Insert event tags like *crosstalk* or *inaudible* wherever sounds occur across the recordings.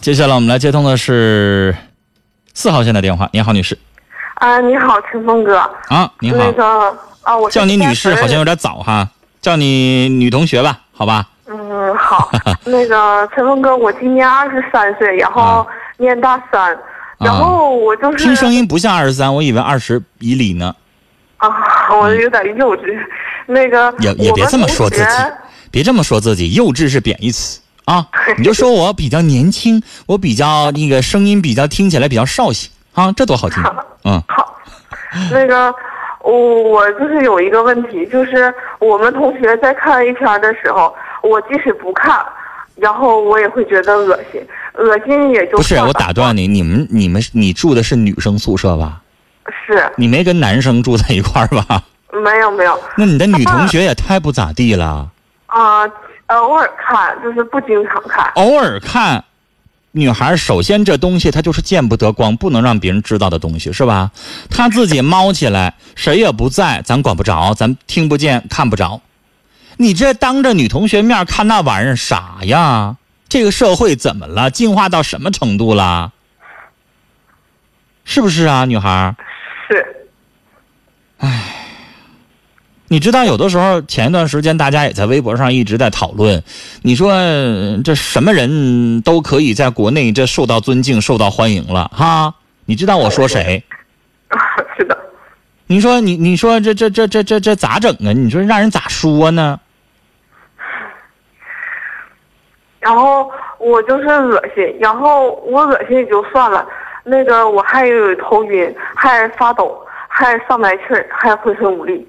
接下来我们来接通的是四号线的电话。您好，女士。啊，你好，陈峰哥。啊，您那好。个啊，我是叫你今天女士本人好像有点早哈，叫你女同学吧，好吧？嗯好。那个陈峰哥，我今年二十三岁，然后啊念大三，然后我就听声是音不像二十三，我以为二十以里呢。啊，我有点幼稚。那个嗯也也我别们这么说同学自己别这么说自己，幼稚是贬义词啊！ *laughs* 你就说我比较年轻，我比较那个声音比较听起来比较绍兴啊，这多好听！嗯好，那个我我就是有一个问题，就是我们同学在看 A 片的时候，我即使不看，然后我也会觉得恶心，恶心也就不是，啊算了我打断你，你们你们你住的是女生宿舍吧？是你没跟男生住在一块儿吧？没有没有那你的女同学也太不咋地了，啊、偶尔看就是不经常看，偶尔看。女孩，首先这东西它就是见不得光，不能让别人知道的东西，是吧？她自己猫起来，谁也不在，咱管不着，咱听不见，看不着。你这当着女同学面看那玩意儿，傻呀！这个社会怎么了？进化到什么程度了？是不是啊，女孩儿？是 *laughs* 你知道，有的时候前一段时间大家也在微博上一直在讨论，你说呃这什么人都可以在国内这受到尊敬、受到欢迎了哈？你知道我说谁？是的，你说你你说这这这这这这咋整啊？你说让人咋说呢？然后我就是恶心，然后我恶心也就算了，那个我还有头晕，还发抖，还上不来气儿，还浑身无力。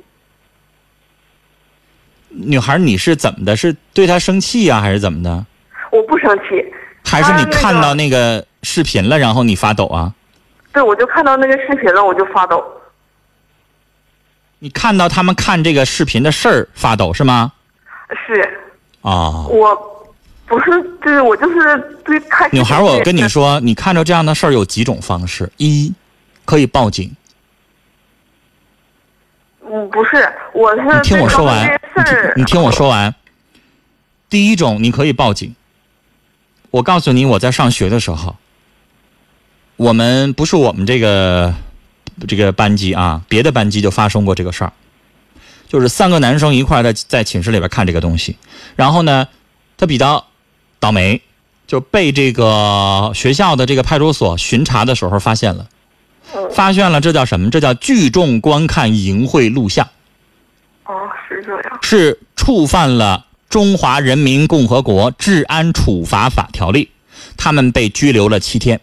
女孩，你是怎么的？是对他生气呀、还是怎么的？我不生气，还是你啊那个看到那个视频了，然后你发抖啊？对，我就看到那个视频了，我就发抖。你看到他们看这个视频的事儿发抖是吗？是啊、我，不是，就是我就是对看视频女孩，我跟你这事说，你看着这样的事儿有几种方式：一，可以报警。嗯，不是，我是你听我说完对他们嗯这事儿，你听我，说完。第一种，你可以报警。我告诉你，我在上学的时候，我们不是我们这个这个班级啊，别的班级就发生过这个事儿，就是三个男生一块儿在在寝室里边看这个东西，然后呢，他比较倒霉，就被这个学校的这个派出所巡查的时候发现了，嗯发现了，这叫什么？这叫聚众观看淫秽录像。哦，是这样，是触犯了《中华人民共和国治安处罚法条例》，他们被拘留了七天，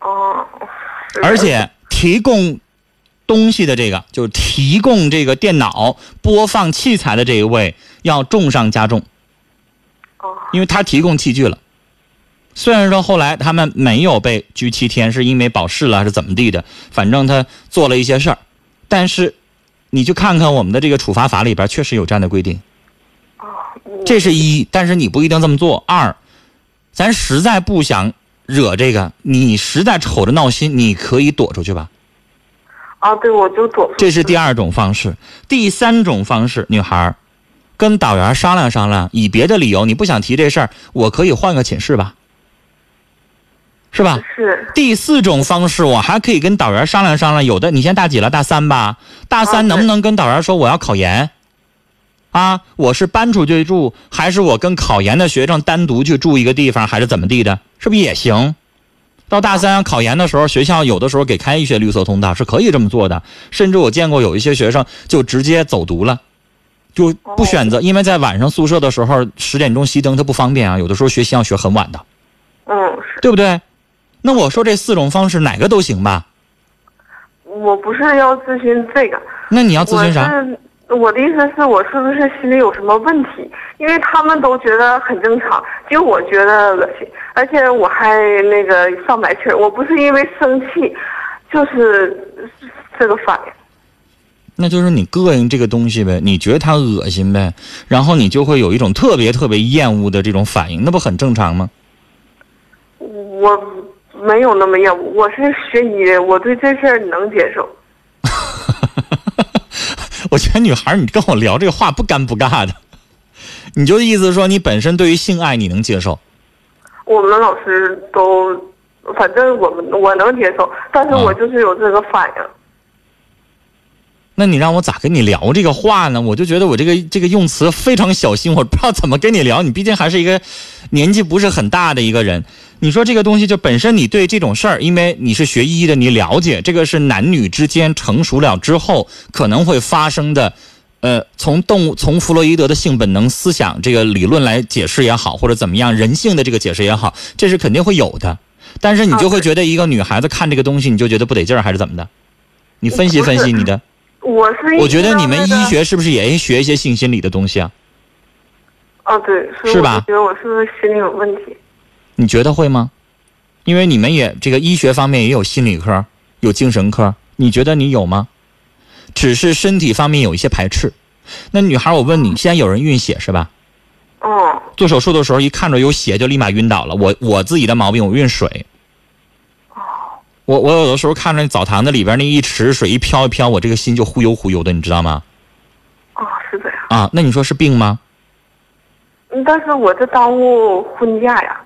哦，是而且提供东西的这个，就是提供这个电脑播放器材的这一位，要重上加重，哦，因为他提供器具了。虽然说后来他们没有被拘七天，是因为保释了还是怎么地的，反正他做了一些事儿，但是你去看看我们的这个处罚法里边确实有这样的规定。嗯这是一，但是你不一定这么做。二，咱实在不想惹这个，你实在瞅着闹心，你可以躲出去吧。啊，对，我就躲出去。这是第二种方式。第三种方式，女孩儿跟导员商量商量，以别的理由你不想提这事儿，我可以换个寝室吧，是吧？是第四种方式，我还可以跟导员商量商量。有的你现在大几了？大三吧。大啊三对能不能跟导员说我要考研？啊，我是搬出去住，还是我跟考研的学生单独去住一个地方，还是怎么地的？是不是也行？到大三考研的时候，学校有的时候给开一些绿色通道，是可以这么做的。甚至我见过有一些学生就直接走读了，就哦不选择，因为在晚上宿舍的时候十点钟熄灯，它不方便啊。有的时候学习要学很晚的。嗯，是对不对？那我说这四种方式哪个都行吧？我不是要咨询这个，那你要我咨询啥？是我的意思是我是不是心里有什么问题？因为他们都觉得很正常，就我觉得恶心，而且我还那个上不来气儿。我不是因为生气，就是这个反应。那就是你膈应这个东西呗，你觉得它恶心呗，然后你就会有一种特别特别厌恶的这种反应，那不很正常吗？ *laughs* 我没有那么厌恶，我是学医的，我对这事儿能接受。我觉得女孩儿，你跟我聊这个 *laughs* 话不尴不尬的，你就意思说你本身对于性爱你能接受，我们老师都，反正我们我能接受，但是啊我就是有这个反应。那你让我咋跟你聊这个话呢？我就觉得我这个这个用词非常小心，我不知道怎么跟你聊。你毕竟还是一个年纪不是很大的一个人。你说这个东西，就本身你对这种事儿，因为你是学医的，你了解这个是男女之间成熟了之后可能会发生的。呃，从动物从弗洛伊德的性本能思想这个理论来解释也好，或者怎么样人性的这个解释也好，这是肯定会有的。但是你就会觉得一个女孩子看这个东西，你就觉得不得劲儿，还是怎么的？你分析不是分析你的。我是我觉得你一们直让医那个学是不是也学一些性心理的东西啊？啊，对，所以是我吧就觉得我是不是心理有问题？你觉得会吗？因为你们也这个医学方面也有心理科，有精神科，你觉得你有吗？只是身体方面有一些排斥。那女孩，我问你，现在有人晕血是吧？嗯做手术的时候一看着有血就立马晕倒了。我我自己的毛病，我晕水。啊我我有的时候看着澡堂子里边那一池水一飘一飘，我这个心就忽悠忽悠的，你知道吗？啊，是这样。啊，那你说是病吗？嗯但是我这耽误婚假呀。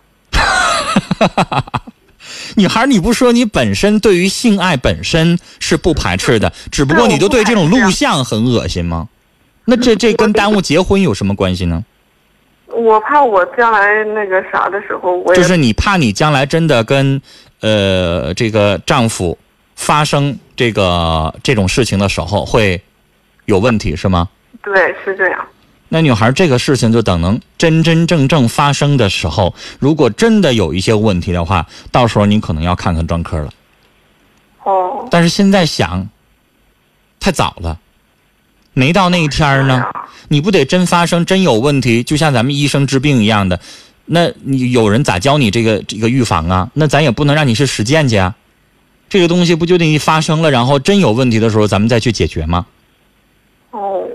女孩，你不说你本身对于性爱本身是不排斥的，只不过你就对这种录像很恶心吗？那这这跟耽误结婚有什么关系呢？我怕我将来那个啥的时候，我也就是你怕你将来真的跟呃这个丈夫发生这个这种事情的时候会有问题是吗？对是这样。那女孩这个事情就等能真真正正发生的时候，如果真的有一些问题的话，到时候你可能要看看专科了。哦，但是现在想，太早了，没到那一天哎儿呢。你不得真发生真有问题，就像咱们医生治病一样的，那你有人咋教你这个这个预防啊？那咱也不能让你是实践去啊。这个东西不就得发生了，然后真有问题的时候，咱们再去解决吗？哦，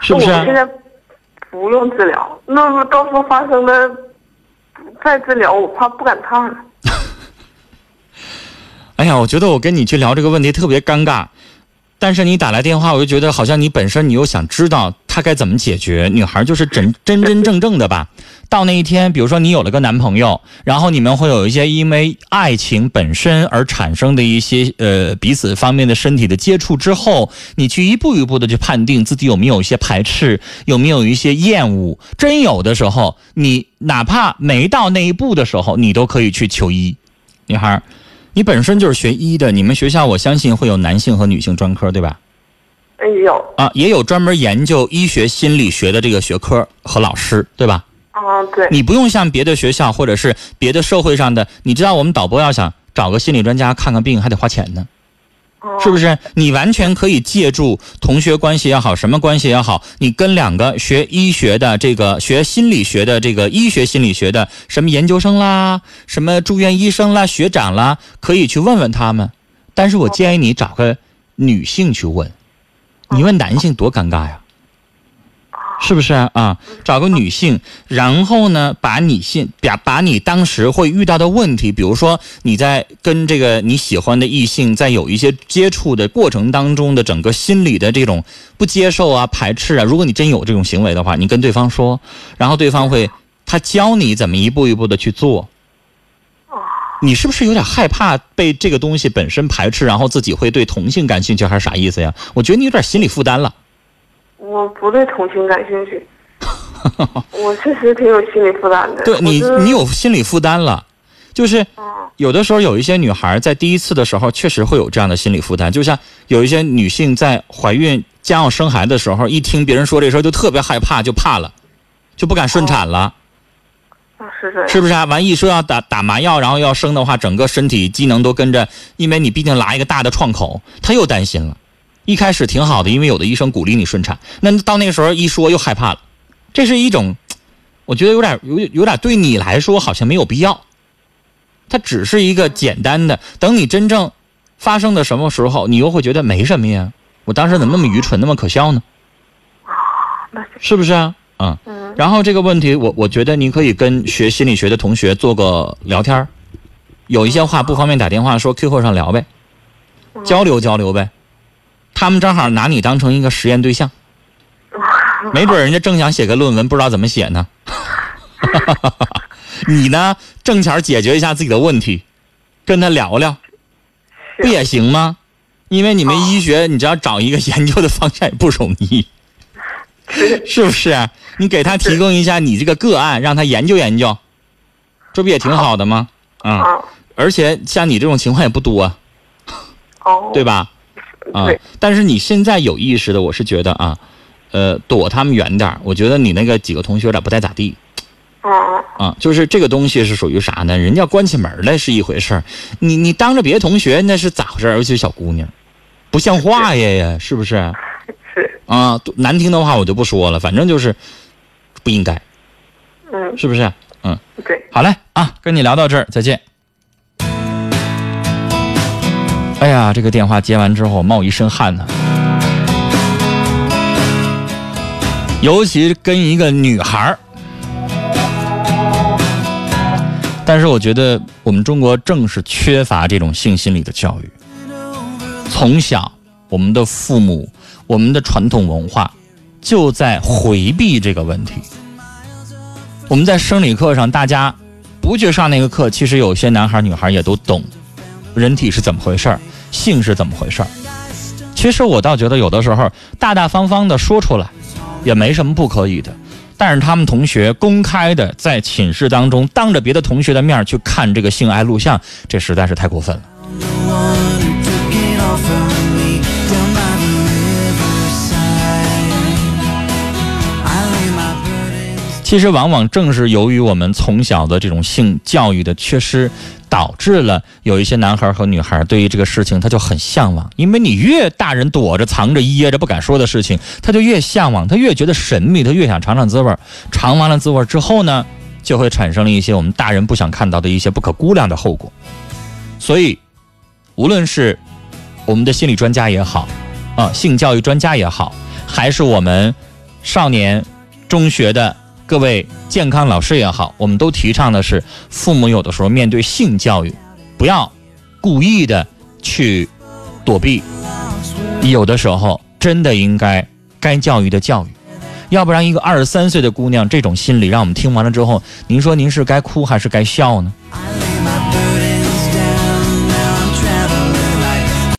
是不是啊那我现在不用治疗，那么到时候发生的再治疗，我怕不赶趟了。哎呀，我觉得我跟你去聊这个问题特别尴尬，但是你打来电话，我就觉得好像你本身你又想知道他该怎么解决。女孩就是真 *laughs* 真真正正的吧，到那一天，比如说你有了个男朋友，然后你们会有一些因为爱情本身而产生的一些呃彼此方面的身体的接触之后，你去一步一步的去判定自己有没有一些排斥，有没有一些厌恶。真有的时候，你哪怕没到那一步的时候，你都可以去求医。女孩儿，你本身就是学医的，你们学校我相信会有男性和女性专科，对吧？嗯，有啊，也有专门研究医学心理学的这个学科和老师，对吧？啊，对，你不用像别的学校或者是别的社会上的，你知道我们导播要想找个心理专家看看病还得花钱呢，哦是不是？你完全可以借助同学关系也好，什么关系也好，你跟两个学医学的这个学心理学的这个医学心理学的什么研究生啦，什么住院医生啦、学长啦，可以去问问他们。但是我建议你找个女性去问，哦嗯你问男性多尴尬呀。是不是啊啊？找个女性，然后呢，把你现把把你当时会遇到的问题，比如说你在跟这个你喜欢的异性在有一些接触的过程当中的整个心理的这种不接受啊、排斥啊，如果你真有这种行为的话，你跟对方说，然后对方会他教你怎么一步一步的去做。你是不是有点害怕被这个东西本身排斥，然后自己会对同性感兴趣，还是啥意思呀？我觉得你有点心理负担了。哦我不对同性感 *laughs* 兴趣。我确实挺有心理负担的。对你我哦就，是你有心理负担了，就是有的时候有一些女孩在第一次的时候确实会有这样的心理负担，就像有一些女性在怀孕将要生孩的时候，一听别人说这事儿就特别害怕，就怕了，就不敢顺产了，啊是这样。是不是啊？完一说要打打麻药，然后要生的话，整个身体机能都跟着，因为你毕竟拉一个大的创口，她又担心了。一开始挺好的，因为有的医生鼓励你顺产，那到那个时候一说又害怕了，这是一种，我觉得有点有有点对你来说好像没有必要，它只是一个简单的，等你真正发生的什么时候，你又会觉得没什么呀，我当时怎么那么愚蠢，那么可笑呢？那是是不是啊？啊、嗯然后这个问题，我我觉得你可以跟学心理学的同学做个聊天儿有一些话不方便打电话说，QQ 上聊呗，交流交流呗。他们正好拿你当成一个实验对象，嗯 *laughs* 没准人家正想写个论文，不知道怎么写呢。 *laughs* 你呢，正巧解决一下自己的问题，跟他聊聊，不也行吗？因为你们医学，你知道找一个 *laughs* 研究的方向也不容易， *laughs* 是不是？啊你给他提供一下你这个个案，让他研究研究，这不也挺好的吗？啊、啊，而且像你这种情况也不多、啊，哦，对吧？啊对，但是你现在有意识的，我是觉得啊，呃，躲他们远点儿。我觉得你那个几个同学有点不太咋地嗯，啊，就是这个东西是属于啥呢？人家关起门来是一回事儿，你你当着别的同学那是咋回事儿？尤其是小姑娘，不像话呀呀，是不是？是，啊，多难听的话我就不说了，反正就是不应该，嗯，是不是？嗯，对。好嘞啊，跟你聊到这儿，再见。哎呀，这个电话接完之后冒一身汗呢、尤其跟一个女孩儿。但是我觉得我们中国正是缺乏这种性心理的教育，从小我们的父母、我们的传统文化就在回避这个问题。我们在生理课上，大家不去上那个课，其实有些男孩女孩也都懂，人体是怎么回事儿，性是怎么回事儿。其实我倒觉得有的时候大大方方的说出来，也没什么不可以的。但是他们同学公开的在寝室当中，当着别的同学的面儿去看这个性爱录像，这实在是太过分了。其实，往往正是由于我们从小的这种性教育的缺失，导致了有一些男孩和女孩对于这个事情他就很向往。因为你越大人躲着、藏着、掖着、不敢说的事情，他就越向往，他越觉得神秘，他越想尝尝滋味儿。尝完了滋味儿之后呢，就会产生了一些我们大人不想看到的一些不可估量的后果。所以，无论是我们的心理专家也好，啊，性教育专家也好，还是我们少年中学的各位健康老师也好，我们都提倡的是，父母有的时候面对性教育，不要故意的去躲避，有的时候真的应该该教育的教育。要不然，一个二十三岁的姑娘，这种心理让我们听完了之后，您说您是该哭还是该笑呢？